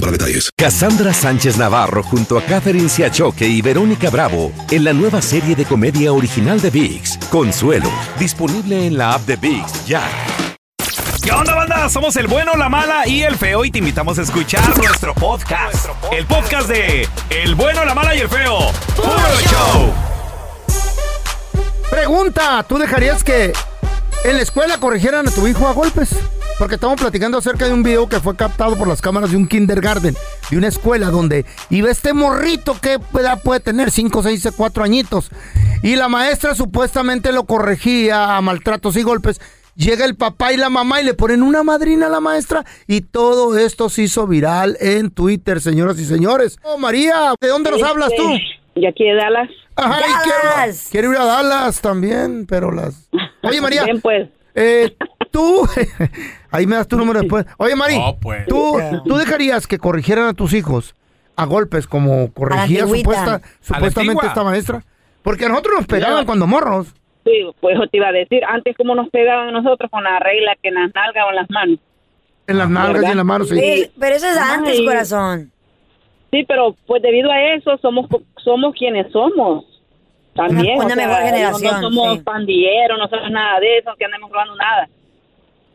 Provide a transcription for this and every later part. para detalles. Cassandra Sánchez Navarro junto a Catherine Siachoque y Verónica Bravo en la nueva serie de comedia original de VIX, Consuelo, disponible en la app de VIX ya. ¿Qué onda, banda? Somos el bueno, la mala y el feo y te invitamos a escuchar nuestro podcast. El podcast de El bueno, la mala y el feo. ¡Puro show! Pregunta, ¿tú dejarías que en la escuela corrigieran a tu hijo a golpes? Porque estamos platicando acerca de un video que fue captado por las cámaras de un kindergarten, de una escuela donde iba este morrito que edad puede tener 5, 6, 4 añitos. Y la maestra supuestamente lo corregía a maltratos y golpes. Llega el papá y la mamá y le ponen una madrina a la maestra y todo esto se hizo viral en Twitter, señoras y señores. Oh, María, ¿de dónde nos hablas tú? Y Este, aquí de Dallas. Ajá, y quiero, quiero ir a Dallas también, pero las... Oye, María, Bien, pues. eh, tú, ahí me das tu número después. Oye, Mari, pues. ¿tú, tú dejarías que corrigieran a tus hijos a golpes como corregía antigüita. supuesta- A la supuestamente antigua. esta maestra? Porque a nosotros nos pegaban Claro. cuando morros. Sí, pues eso te iba a decir. Antes, ¿cómo nos pegaban a nosotros con la regla que en las nalgas o en las manos? En las nalgas y ¿Verdad? en las manos, sí. Sí, pero eso es antes, Ay. corazón. Sí, pero pues debido a eso somos co- somos quienes somos. También. Una- una o sea, mejor generación, No somos sí. pandilleros, no somos nada de eso, que andemos robando nada.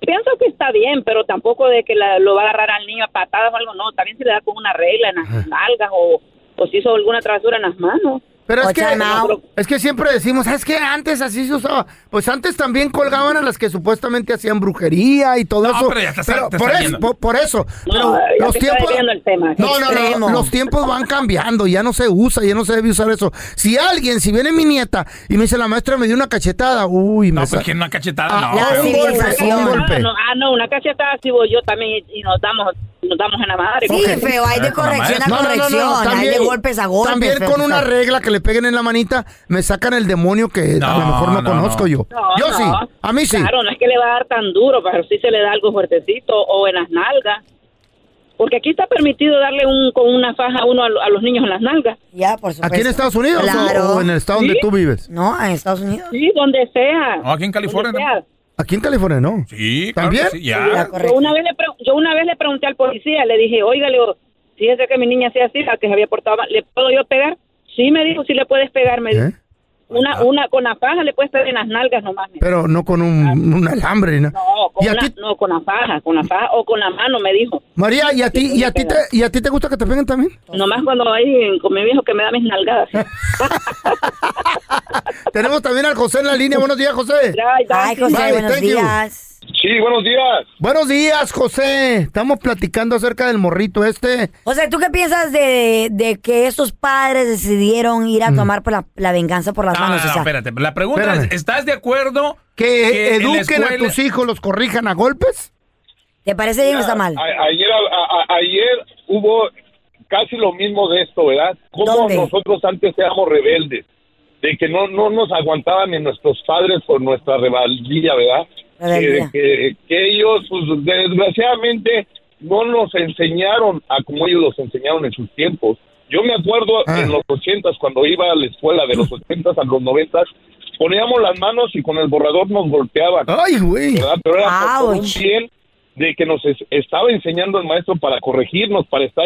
Pienso que está bien, pero tampoco de que la- lo va a agarrar al niño a patadas o algo, no. También se le da con una regla en las nalgas o, o si hizo alguna travesura en las manos. Pero es O que, time out. es que siempre decimos, es que antes así se usaba. Pues antes también colgaban a las que supuestamente hacían brujería y todo No, eso. pero ya te está- te por, está eso yendo. por, por eso. Pero No, ya los te está tiempos. desviando el tema. ¿eh? No, no, no, Extremo. Los tiempos van cambiando. Ya no se usa, ya no se debe usar eso. Si alguien, si viene mi nieta y me dice, la maestra me dio una cachetada, uy, me No, sa- Ah, pues que una cachetada, no. la feo. un golpe, civilización. un Ah, golpe. no, ah, no, una cachetada sí voy yo también y, y nos damos nos damos en la madre. Sí, Ok. feo, Ah, hay de Con la corrección a maestra. corrección, hay de golpes a golpes. También feo, con tú una sabes. regla que le peguen en la manita, me sacan el demonio que a lo No, mejor no, no, conozco no. yo. No, yo no. sí, a mí sí. Claro, no es que le va a dar tan duro, pero sí se le da algo fuertecito o en las nalgas. Porque aquí está permitido darle un, con una faja a uno a, lo- a los niños en las nalgas. Ya, por supuesto. ¿Aquí en Estados Unidos o- Claro. o, en el estado donde Sí. tú vives? No, en Estados Unidos. Sí, donde sea. No, aquí en California, Donde ¿no? sea. Aquí en California no. Sí, claro ¿También? que sí, ya. La Yo, corrección. una vez le pre- yo una vez le pregunté al policía, le dije, oiga, le digo, fíjese que mi niña sea así, la que se había portado mal, ¿le puedo yo pegar? Sí, me dijo, sí le puedes pegar, me dijo. ¿Eh? Una, una, con la faja le puedes pegar en las nalgas nomás. me dijo. Pero no con un, un alambre. ¿no? No, con, ¿Y a una- ti, no, con la faja, con la faja o con la mano, me dijo. María, ¿y a ti, y a ti te, y a ti te gusta que te peguen también? Nomás cuando hay con mi viejo que me da mis nalgadas. Tenemos también al José en la línea. Buenos días, José. Ay, Ay, Dante. José, Bye, buenos thank you. días. Sí, buenos días. Buenos días, José. Estamos platicando acerca del morrito este. José, ¿tú qué piensas de, de que estos padres decidieron ir a Mm. tomar por la, la venganza por Ah, las No, manos? no, no, o sea, espérate. La pregunta Espérame. es, ¿estás de acuerdo Que, en la eduquen a escuela- tus hijos, los corrijan a golpes. ¿te parece bien o Ah, está mal? A- ayer, a- a- ayer hubo casi lo mismo de esto, ¿verdad? Como ¿Dónde? nosotros antes éramos rebeldes, de que no, no nos aguantaban ni nuestros padres por nuestra rebeldía, ¿verdad? Rebeldía. Que, que- que ellos, pues, desgraciadamente, no nos enseñaron a como ellos los enseñaron en sus tiempos. Yo me acuerdo Ah. en los ochentas, cuando iba a la escuela, de los ochentas a los noventas, poníamos las manos y con el borrador nos golpeaban. Ay, güey. ¿verdad? Pero era por- por un Ouch. bien de que nos es- estaba enseñando el maestro para corregirnos, para estar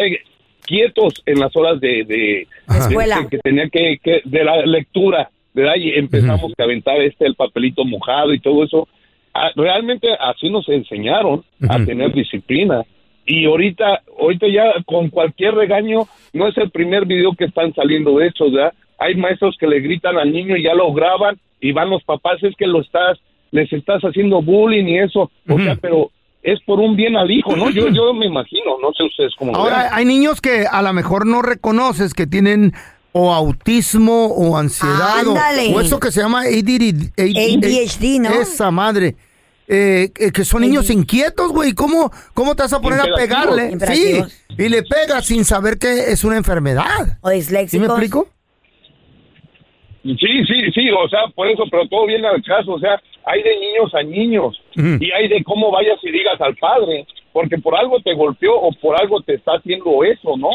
quietos en las horas de, de- Ajá. de- Escuela. que tenía que, que- de la lectura, ¿verdad? Y empezamos a aventar este el papelito mojado y todo eso. Ah, realmente así nos enseñaron a Ujú. tener disciplina. Y ahorita, ahorita ya con cualquier regaño, no es el primer video que están saliendo de eso, ¿verdad? Hay maestros que le gritan al niño y ya lo graban y van los papás, es que lo estás, les estás haciendo bullying y eso. O sea, pero es por un bien al hijo, ¿no? Yo, yo me imagino, no sé ustedes cómo lo vean. Ahora, hay niños que a lo mejor no reconoces que tienen o autismo o ansiedad o- Ándale. o, eso que se llama ADD, ADHD, ¿no? Esa madre. eh, eh, que son niños inquietos, güey. ¿Cómo, ¿Cómo te vas a poner a Imperativos. pegarle? Sí, Imperativos. y le pegas sin saber que es una enfermedad. O disléxicos. ¿Sí me explico? Sí, sí, sí, o sea, por eso, pero todo viene al caso, o sea, hay de niños a niños y hay de cómo vayas y digas al padre, porque por algo te golpeó o por algo te está haciendo eso, ¿no?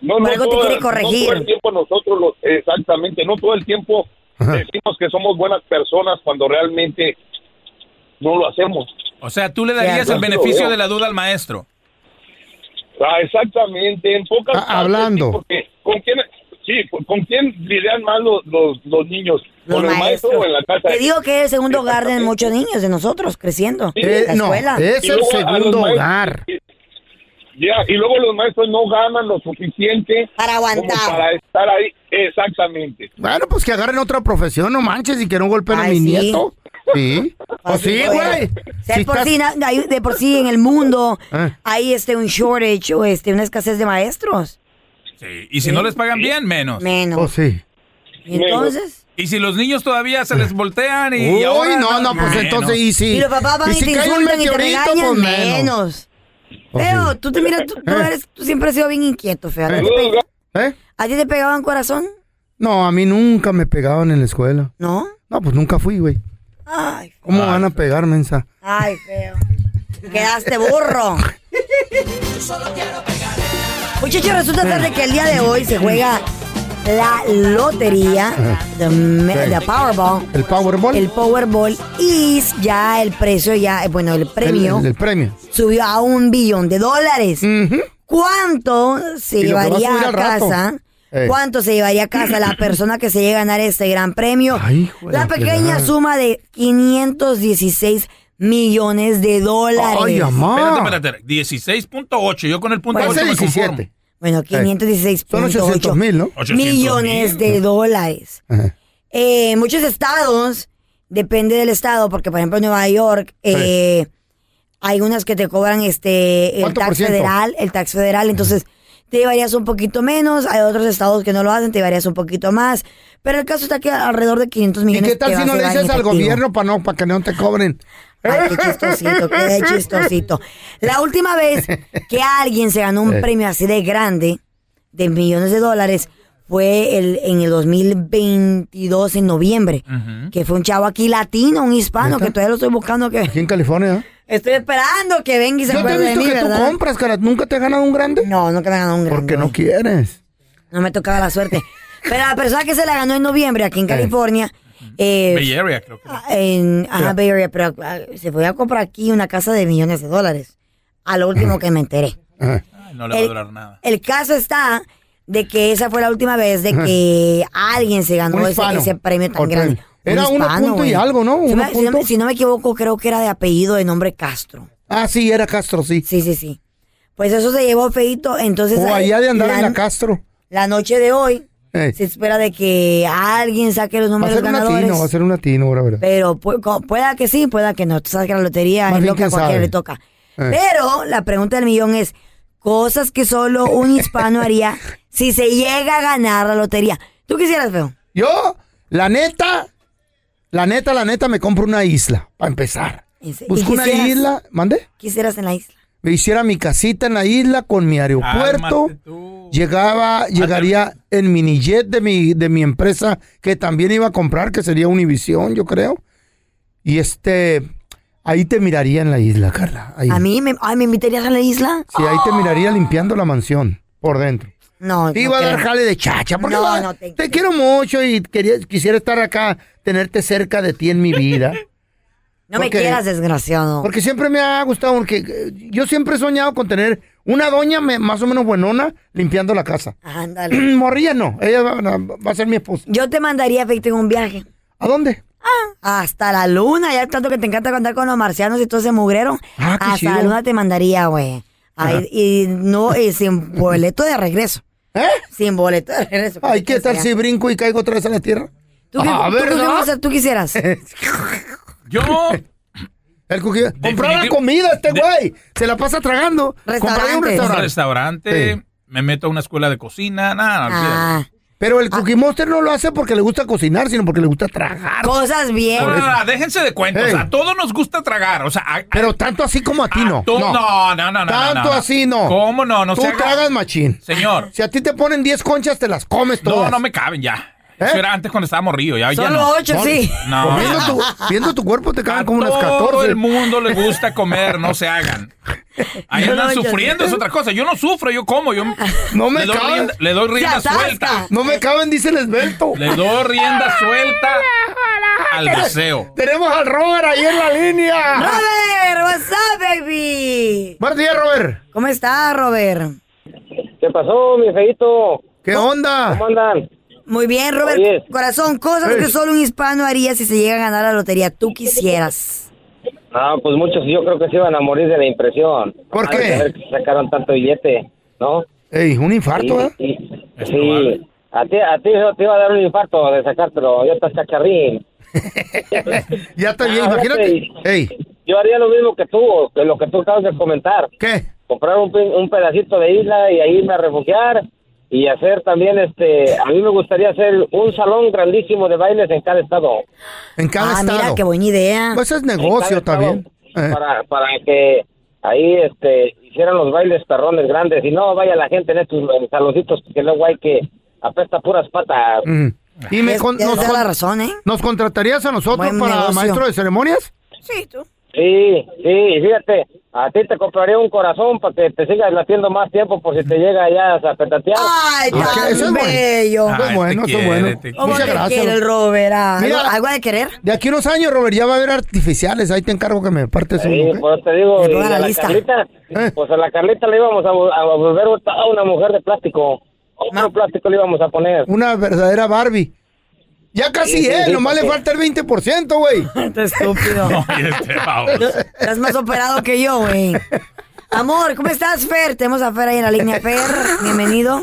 No, Por algo te todo- quiere corregir. No todo el tiempo nosotros, lo- exactamente, no todo el tiempo decimos que somos buenas personas cuando realmente no lo hacemos. O sea, tú le darías Ya. el beneficio de la duda al maestro. Ah, exactamente, en pocas Ah, hablando. sí, porque ¿con quién, sí, con- ¿con quién lidian más los, los, los niños? Los ¿Con el maestro maestros. o en la casa? Te digo que es el segundo hogar de Exactamente. muchos niños, de nosotros, creciendo. Sí. Eh, la no, escuela. es Y el luego a los segundo maestros- hogar. Ya, y luego los maestros no ganan lo suficiente Para aguantar. como para estar ahí. Exactamente. Bueno, pues que agarren otra profesión, no manches, y que no golpeen a Ay, mi sí. nieto. Sí. Pues sí, Así, güey. O sea, Si por estás- sí, na- hay- de por sí en el mundo Ah. hay este un shortage o este una escasez de maestros. Sí. Y si no les pagan bien, menos. Pues Menos. sí. Y entonces, Y si los niños todavía se les voltean y, Uy, ahora no, no, pues menos. entonces, y si. y los papás van y, te cae un insultan y te meteorito, regañan, pues menos. Pues Feo, sí. tú te miras, tú, tú Eh. eres- tú siempre has sido bien inquieto, feo. ¿A ti te Saludos, pe- ¿Eh? ¿A ti te pegaban corazón? No, a mí nunca me pegaban en la escuela. ¿No? No, pues nunca fui, güey. Ay, ¿Cómo van a pegar, mensa? ay, feo. Quedaste burro. Muchachos, resulta ser de que el día de hoy se juega la lotería, the, me- the Powerball, ¿El Powerball? el Powerball y ya el precio, ya, eh, bueno, el premio El, el premio. subió a un billón de dólares. Ujú. ¿Cuánto se Y lo que va a llevaría subir a al rato. casa? Ey. ¿Cuánto se llevaría a casa la persona que se llegue a ganar este gran premio? Ay, hijo de la la pequeña fregada. suma de 516 millones de dólares. Ay, Espérate, amá. espérate. 16.8. Yo con el punto Pues ocho Ese me conformo. 17. Bueno, 516 Son 800 mil, ¿no? 800 mil. millones de dólares. Ajá. Eh, muchos estados, depende del estado, porque por ejemplo en Nueva York eh, hay unas que te cobran este el ¿Cuánto por tax ciento? federal, el tax federal, entonces te llevarías un poquito menos, hay otros estados que no lo hacen, te llevarías un poquito más, pero el caso está que alrededor de 500 ¿Y millones. qué tal te si vas no a le llevar en dices al efectivo? gobierno para no, para que no te cobren? Ay, qué chistosito, qué chistosito. La última vez que alguien se ganó un Eh. premio así de grande, de millones de dólares, fue el, en el 2022, en noviembre, que fue un chavo aquí latino, un hispano, que todavía lo estoy buscando, Aquí que en California. ¿eh? estoy esperando que venga y se Yo te he acuerde de visto mí, que tú ¿verdad? compras, cara. ¿Nunca te has ganado un grande? No, nunca me ganó un grande. Porque no güey. quieres. No me tocaba la suerte. Pero la persona que se la ganó en noviembre aquí en Eh. California, eh, Bay Area, creo que. Ah, en ajá, Bay Area, pero ah, se voy a comprar aquí una casa de millones de dólares. A lo último que me enteré. Ajá. Ay, no le va a El- durar nada. El caso está de que esa fue la última vez de que alguien se Un ganó ese, hispano. ese premio tan Ok. grande. Era uno punto y güey. algo, ¿no? Si, Uno me- si no me, punto. si no me equivoco, creo que era de apellido de nombre Castro. Ah, sí, era Castro, sí. Sí, sí, sí. Pues eso se llevó feito. Entonces, O ah, allá de andar en la Castro. la noche de hoy Ey. se espera de que alguien saque los Va a números ser un ganadores. latino, va a ser un latino, ahora, verdad. Pero pu- co- pueda que sí, pueda que no. Tú sabes que la lotería Más es bien, lo que a ¿quién cualquiera sabe? le toca. Eh. Pero la pregunta del millón es, cosas que solo un hispano haría si se llega a ganar la lotería. ¿Tú quisieras, Feo? Yo, la neta, la neta, la neta, me compro una isla, para empezar. ¿Y se- Busco y una quisieras? isla, mande. Quisieras en la isla. Me hiciera mi casita en la isla con mi aeropuerto. Cálmate tú. Llegaba, llegaría en mini jet de mi, de mi empresa que también iba a comprar, que sería Univisión, yo creo. Y este, ahí te miraría en la isla, Carla. Ahí. ¿A mí? Me, ay, ¿Me invitarías a la isla? Sí, ahí te miraría limpiando la mansión por dentro. No, Te no iba a dar creo. jale de chacha, porque No, va- no, te, te- quiero mucho y quería- quisiera estar acá, tenerte cerca de ti en mi vida. No me porque- quieras, desgraciado. Porque siempre me ha gustado, porque eh, yo siempre he soñado con tener una doña me- más o menos buenona limpiando la casa. Ándale. Morrilla no, ella va, va a ser mi esposa. Yo te mandaría, efecto en un viaje. ¿A dónde? Hasta la luna, ya tanto que te encanta contar con los marcianos y todo ese mugrero. Ah, qué hasta chido. la luna te mandaría, güey. Ay, Y no, y sin boleto de regreso. ¿Eh? Sin boleto de regreso. Ay, ¿qué tal Pues sea. si brinco y caigo otra vez a la tierra? ¿Tú, qué- Ah, tú qué ¿verdad? cosa tú quisieras? Ah, Yo, El cuquillo- Comprar la Definitiv- comida este de- güey. Se la pasa tragando. Comprar un Restaurantes. un restaurante. restaurante, Sí. me meto a una escuela de cocina, nada, olvídalo. Ah, Pero el Cookie Monster no lo hace porque le gusta cocinar, sino porque le gusta tragar. Ah, Cosas bien. No, no, no, déjense de cuentos. Ey. A todos nos gusta tragar. O sea, a- a- Pero tanto así como a ti no. Ah, tú- no, no, no, no, Tanto no, no. así no. ¿Cómo no? No Tú se haga- tragas machín. Señor. Si a ti te ponen 10 conchas, te las comes No, todas. no me caben ya. ¿Eh? Eso era antes cuando estábamos ríos. Ya, ya Solo no. ocho, sí. No. Pues Viendo tu, viendo tu cuerpo te A caen como unas Todo 14. el mundo le gusta comer, no se hagan. Ahí No, andan no, yo- sufriendo, es otra cosa. Yo no sufro, yo como, yo No me le doy cabe. rienda, le doy rienda atasca. suelta. No me caben, dice el esbelto. Le doy rienda suelta al deseo. Tenemos al Robert ahí en la línea. Robert, what's up, baby? Buenos días, Robert. ¿Cómo está, Robert? ¿Qué pasó, mi feito? ¿Qué onda? ¿Cómo andan? Muy bien, Robert. Oye. Corazón, cosas Ey. que solo un hispano haría si se llega a ganar la lotería. Tú quisieras. No, pues muchos yo creo que se iban a morir de la impresión. ¿Por Ay, qué? de ver que sacaron tanto billete, ¿no? Ey, un infarto, ¿eh? Y- y- Es probable. sí. A ti, a ti te iba a dar un infarto de sacártelo. Yo te chacharrín. Ya está bien, Ah, imagínate. ok. Ey, Yo haría lo mismo que tú, que lo que tú acabas de comentar. ¿qué? Comprar un, pe- un pedacito de isla y ahí irme a refugiar. Y hacer también, este, a mí me gustaría hacer un salón grandísimo de bailes en cada estado. En cada ah, estado. mira, qué buena idea. Pues es Ahí negocio está, también. estaba, Eh, Para, para que ahí este, hicieran los bailes perrones grandes y no vaya la gente en estos en saloncitos que luego hay que apesta puras patas. mm. Y me Tienes- con- tienes nos, toda la con- razón, ¿eh? ¿nos contratarías a nosotros Buen para negocio. maestro de ceremonias? Sí, tú. Sí, sí, y fíjate, a ti te compraría un corazón para que te sigas latiendo más tiempo por si te llega ya a zapetatear. Ay, Mm. Ah, tan eso es Pues bueno. bello. Ah, Son este buenos, son quiere, buenos. este ¿Cómo muchas te gracias. quiere el Robert? Ah, ¿Algo, Mira. algo ha de querer? De aquí a unos años, Robert, ya va a haber artificiales. Ahí te encargo que me partes Sí, pues, uno. ¿ok? por eso te digo, Me y pongo a la la lista. Carlita, Eh. pues a la Carlita le íbamos a, vol- a volver a una mujer de plástico. Otro plástico le íbamos a poner. Una verdadera Barbie. Ya casi, Sí, sí, ¿eh? sí, Nomás le porque- falta el 20%, güey. Está estúpido. Oye, este baboso. Estás más operado que yo, güey. Amor, ¿cómo estás, Fer? Tenemos a Fer ahí en la línea. Fer, bienvenido.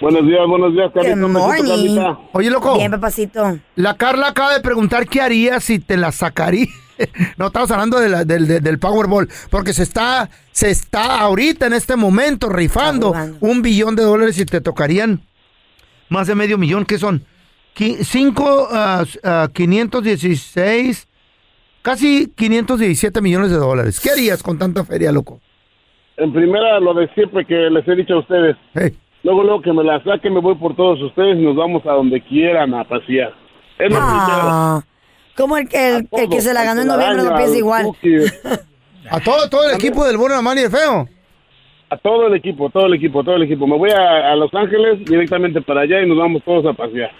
Buenos días, buenos días, Good Carlita. morning. Oye, loco. Bien, papacito. La Carla acaba de preguntar qué haría si te la sacaría. No estamos hablando de la- del, del- del Powerball, porque se está, se está ahorita en este momento rifando Está jugando. un billón de dólares y te tocarían más de medio millón, que son ah, 5, 516, casi 517 millones de dólares. ¿Qué harías con tanta feria, loco? En primera, lo de siempre que les he dicho a ustedes. Hey, Luego, luego que me la saquen, me voy por todos ustedes y nos vamos a donde quieran a pasear. Es lo que quiero. Ah, ¿Cómo el, que- el- A el que todos, se la ganó en al noviembre no telaraño, piensa al igual? Cookie, a todo, todo el equipo del Bono, la mano y el feo. A todo el equipo, todo el equipo, todo el equipo. Me voy a, a Los Ángeles directamente para allá y nos vamos todos a pasear.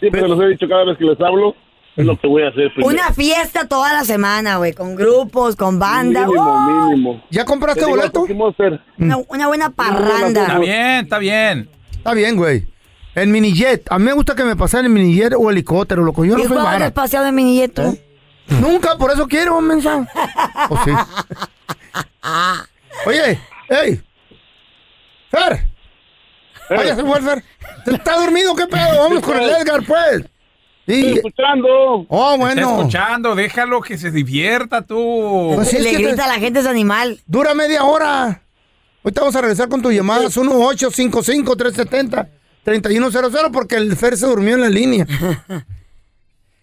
Siempre se los he dicho cada vez que les hablo, es lo que voy a hacer. primero. Una fiesta toda la semana, güey, con grupos, con banda. ¡oh! Mínimo, mínimo. ¿Ya Te compraste digo, boleto? Cookie Monster, Una, una buena Está parranda. bien, está bien. Está bien, güey. El minijet. A mí me gusta que me pasen el minijet o helicóptero, loco. Yo no ¿Eh? ¿Y soy cuándo has vara. paseado de mini tú? Nunca, por eso quiero un mensaje. O sí. Oye, ey. Fer. Oye, se fue el Fer. ¿Está dormido? ¿Qué pedo? Vamos con el Edgar, pues. estoy Y... escuchando. Oh, Está bueno. escuchando, déjalo que se divierta tú. Pues sí, es Le que te- grita a la gente ese animal. Dura media hora. Ahorita vamos a regresar con tus llamadas. 1-855-370-3100 porque el Fer se durmió en la línea.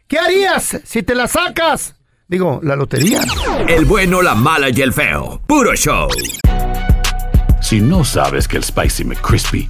¿Qué harías si te la sacas? Digo, la lotería. El bueno, la mala y el feo. Puro show. Si no sabes que el Spicy McCrispy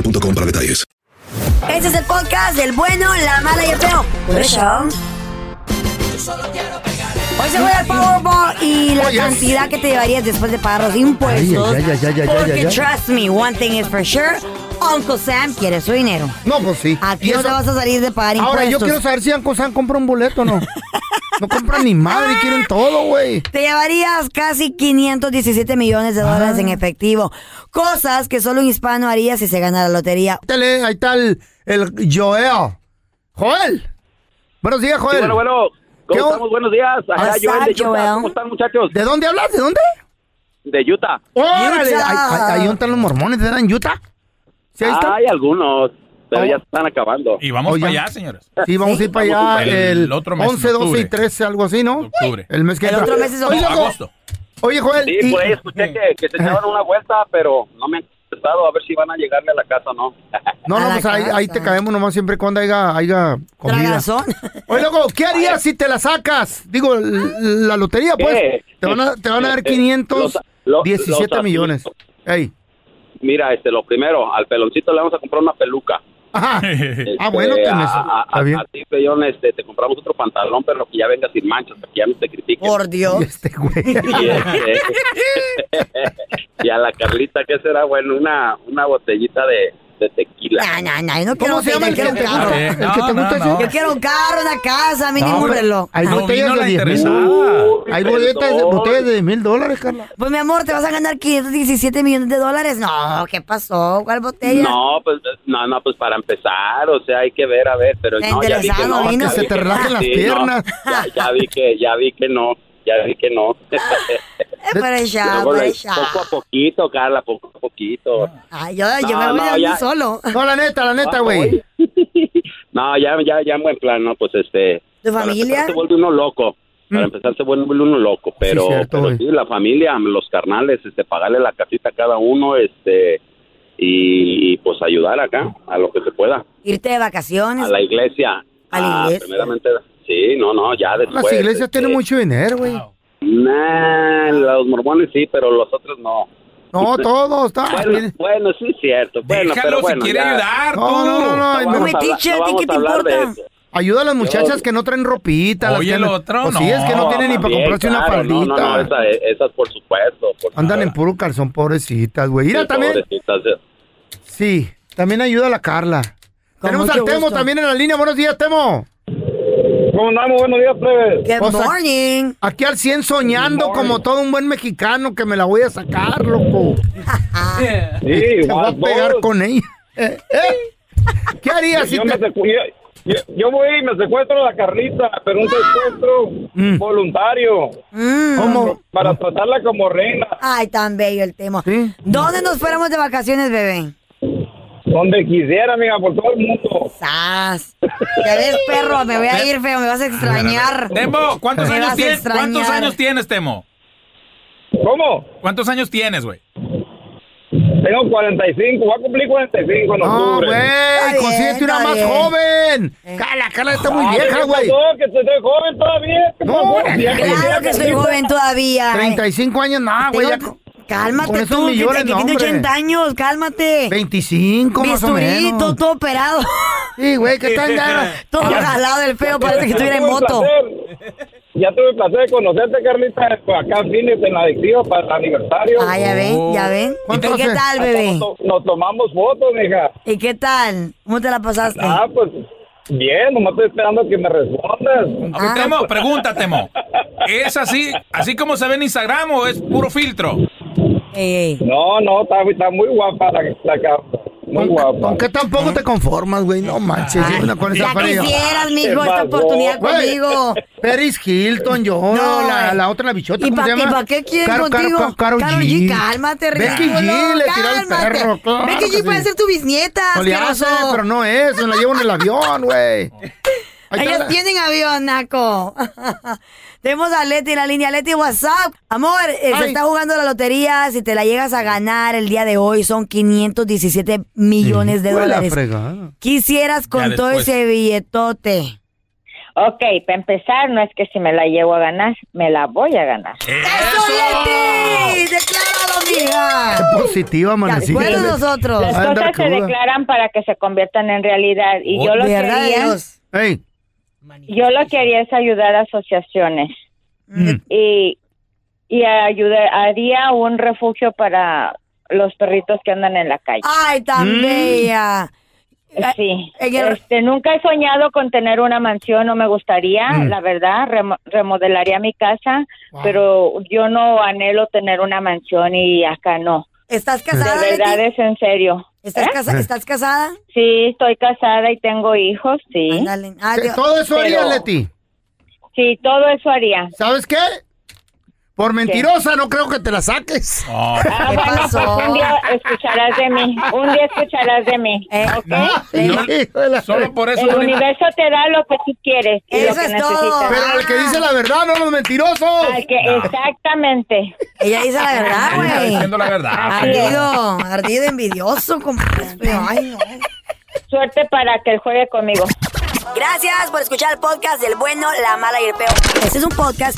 para detalles. Este es el podcast del bueno, la mala y el feo. Por eso. Hoy se juega el Powerball y la Oye. cantidad que te llevarías después de pagar los impuestos. Ay, ay, ay, ay, ay, ay, porque ay, ay. trust me, one thing is for sure, Uncle Sam quiere su dinero. No, pues sí. Aquí Y no eso- te vas a salir de pagar Ahora, yo impuestos. quiero saber si Uncle Sam compra un boleto o no. No compran ni madre, quieren todo, güey. Te llevarías casi 517 millones de Ah. dólares en efectivo. Cosas que solo un hispano haría si se gana la lotería. Ahí está el, el Joel. Joel. Buenos días, Joel. bueno, bueno. ¿Qué ¿Cómo on- estamos? Buenos días. Ajá, What's Joel de up, Utah. Joel? ¿Cómo están, muchachos? ¿De dónde hablas? ¿De dónde? De Utah. ¡Órale! Utah. Ahí, ahí- ahí donde están los mormones, ¿verdad? ¿En Utah? ¿Sí, ahí están? Hay algunos, pero Oh. ya están acabando. Y vamos Oigan. para allá, señores. Sí, vamos a ir para allá el, 11, 12 y 13, algo así, ¿no? Octubre. El mes que El entra. otro mes es Oye, agosto. loco, Oye, Joel. Sí, y- por ahí escuché que, que se echaban una vuelta, pero no me han contestado. A ver si van a llegarle a la casa o no. No, no, pues ahí, ahí te caemos nomás siempre y cuando haya, haya comida. Tragazón. Oye, loco, ¿qué harías si te la sacas? Digo, l- la lotería, pues. ¿Qué? Te van a, te van a dar Eh, los- los- 517 los- millones. Ey. Mira, este, lo primero, al peloncito le vamos a comprar una peluca. Ajá. Este, Ah, bueno, te me- a, a- está bien. a ti, Peyón, este, te compramos otro pantalón, pero que ya venga sin manchas, para que ya no te critiquen. Por Dios. Y, este, y a la Carlita, ¿qué será? Bueno, una, una botellita de, de tequila. Nah, nah, nah, yo Ah, no quiero un- yo quiero un carro. Eh, no, no, no. Yo quiero un carro, una casa, mínimo No, un pero reloj. Hay Ah. botellas de 10 mil. Uh, Hay botellas de, botellas de 10 mil dólares, Carla. Pues mi amor, ¿te vas a ganar 517 millones de dólares? No, ¿qué pasó? ¿Cuál botella? No, pues, no, no, pues para empezar, o sea, hay que ver, a ver, pero no, ya vi que Interesado, no. vino. ya Que se vi te relajen las no, piernas. ya, ya vi que, ya vi que no, ya vi que no. Pero ya, Luego, pues ya. Poco a poquito, Carla, poco a poquito. Ay, yo, yo me No, voy no, a ir ya. solo. No, la neta, la Ah, neta, güey. No, ya, ya, ya en buen plan, no, pues este. ¿Tu para familia? empezar se vuelve uno loco. Para empezar se vuelve uno loco, pero, cierto, pero güey. sí, la familia, los carnales, este, pagarle la casita a cada uno, este, y, y, pues ayudar acá a lo que se pueda, Irte de vacaciones. a la iglesia. A la Ah, iglesia. primeramente, sí, no, no, ya después. Las iglesias tienen mucho dinero, güey. Nah, los mormones sí, pero los otros no. No, todos. está- Bueno, bueno, sí es cierto. Bueno, Ah, Déjalo, pero si bueno, quiere ya. ayudar, No, tú. no, no, no, ay, vamos me- a hablar- teacher, no ¿a ti vamos qué te a hablar de importa? eso. Ayuda a las muchachas que no traen ropita. las Oye, que el no- otro, Pues sí, es que no no, tienen ni para también, comprarse una claro, faldita. no, no, no, esa- esas por supuesto. por Andan en puro calzón, pobrecitas, güey. Mira Sí, también. pobrecitas, eh. Sí, también ayuda a la Carla. Tenemos mucho al Temo gusto. también en la línea. Buenos días, Temo. ¿Cómo andamos? Buenos días, plebe. Good morning. Aquí al 100 soñando como todo un buen mexicano que me la voy a sacar, loco. Sí, Te voy igual a pegar todos. con ella. Eh, eh. ¿Qué harías si Yo, te... me secu- yo- yo- yo voy y me secuestro a la Carlita, pero un secuestro Mm. voluntario. ¿Cómo? Para tratarla como reina. Ay, tan bello el tema. ¿Dónde nos fuéramos de vacaciones, bebé? Donde quisiera, amiga, por todo el mundo. ¡Sas! Ya ves, perro, me voy a ir, feo, me vas a extrañar. Temo, ¿cuántos Me años vas a tienes? extrañar. ¿Cuántos años tienes, Temo? ¿Cómo? ¿Cuántos años tienes, güey? Tengo 45, voy a cumplir 45 en No, octubre. güey, consíguete una más joven. Eh. Carla, Carla está Ah, muy vieja, güey. No, que estoy joven todavía. ¿Qué No, pasó? Si ya Claro que soy Carlita. joven todavía. eh. 35 años, no, güey. ya Tengo- con- con Cálmate esos tú, que, millones, te- que no, tiene hombre. 80 años, cálmate. 25 más o Bisturito, menos. todo operado. Sí, güey, que está en garra. Todo Ya- jalado el feo, parece que estuviera en Tuve el moto. placer. Ya tuve el placer de conocerte, Carlita, pues, acá en Phoenix, en la adictiva para el aniversario. Ah, ya ven, ya ven. ¿Y tú qué tal, bebé? Nos, to- nos tomamos fotos, mija. ¿Y qué tal? ¿Cómo te la pasaste? Ah, pues bien, nomás estoy esperando que me respondas. Ah. Temo, pregunta, Temo. ¿Es así, así como se ve en Instagram o es puro filtro? No, no, está, está muy guapa la, la carta. Muy guapa. ¿Con qué tampoco te conformas, güey? No manches. Ay, una con ya esa falda. quisieras, mijo, esta oportunidad Güey, conmigo. Paris Hilton, yo, No, la, eh. la otra, la bichota, ¿Y ¿cómo pa- se y llama? pa' qué quién Caro- Caro- contigo? Ca- Caro Karol G, cálmate, Becky G ridículo, le tiró el cálmate. perro, claro Becky G que puede sí. ser tu bisnieta, No le hace, asqueroso. pero no es, se la llevo en el avión, güey. Ahí está Ellos la- tienen avión, Naco. Tenemos a Leti en la línea. Leti, WhatsApp. Amor, eh, se Ay. está jugando la lotería. Si te la llegas a ganar el día de hoy, son 517 millones de Hijo la dólares. fregada. Quisieras con Ya todo después. ese billetote. Ok, para empezar, no es que si me la llevo a ganar, me la voy a ganar. ¡Leti! ¡Decláralo, mija! Qué positiva, amanecida. Ya, bueno, nosotros. Las Pues, Anda cosas se cruda. declaran para que se conviertan en realidad. Y Oh, yo lo que ¿verdad, haría, Dios? Ey, yo lo que haría es ayudar a asociaciones. Mm. y, y ayudé- haría un refugio para los perritos que andan en la calle. ¡Ay, tan Mm. bella! Sí. Eh, en el- Este, nunca he soñado con tener una mansión, no me gustaría, Mm. la verdad, remo- remodelaría mi casa, Wow. pero yo no anhelo tener una mansión y acá no. ¿Estás casada? De verdad es en serio. ¿Estás, casa- estás casada? Sí, estoy casada y tengo hijos, sí. Ah, Te- Dios. eh, Todo eso haría, Pero- Leti. Sí, todo eso haría. ¿Sabes qué? Por mentirosa no creo que te la saques. Oh, Ah, bueno, pues un día escucharás de mí, un día escucharás de mí, Eh, ¿ok? Solo por eso El no le- universo te da lo que tú quieres y lo que necesitas. Pero al que dice la verdad, no a los mentirosos. Al que- Exactamente. Ella dice la verdad, Ella está güey. diciendo la verdad. Ardido, ardido, envidioso, compadre. Ay, no. Suerte para que él juegue conmigo. Gracias por escuchar el podcast del bueno, la mala y el peor. Este es un podcast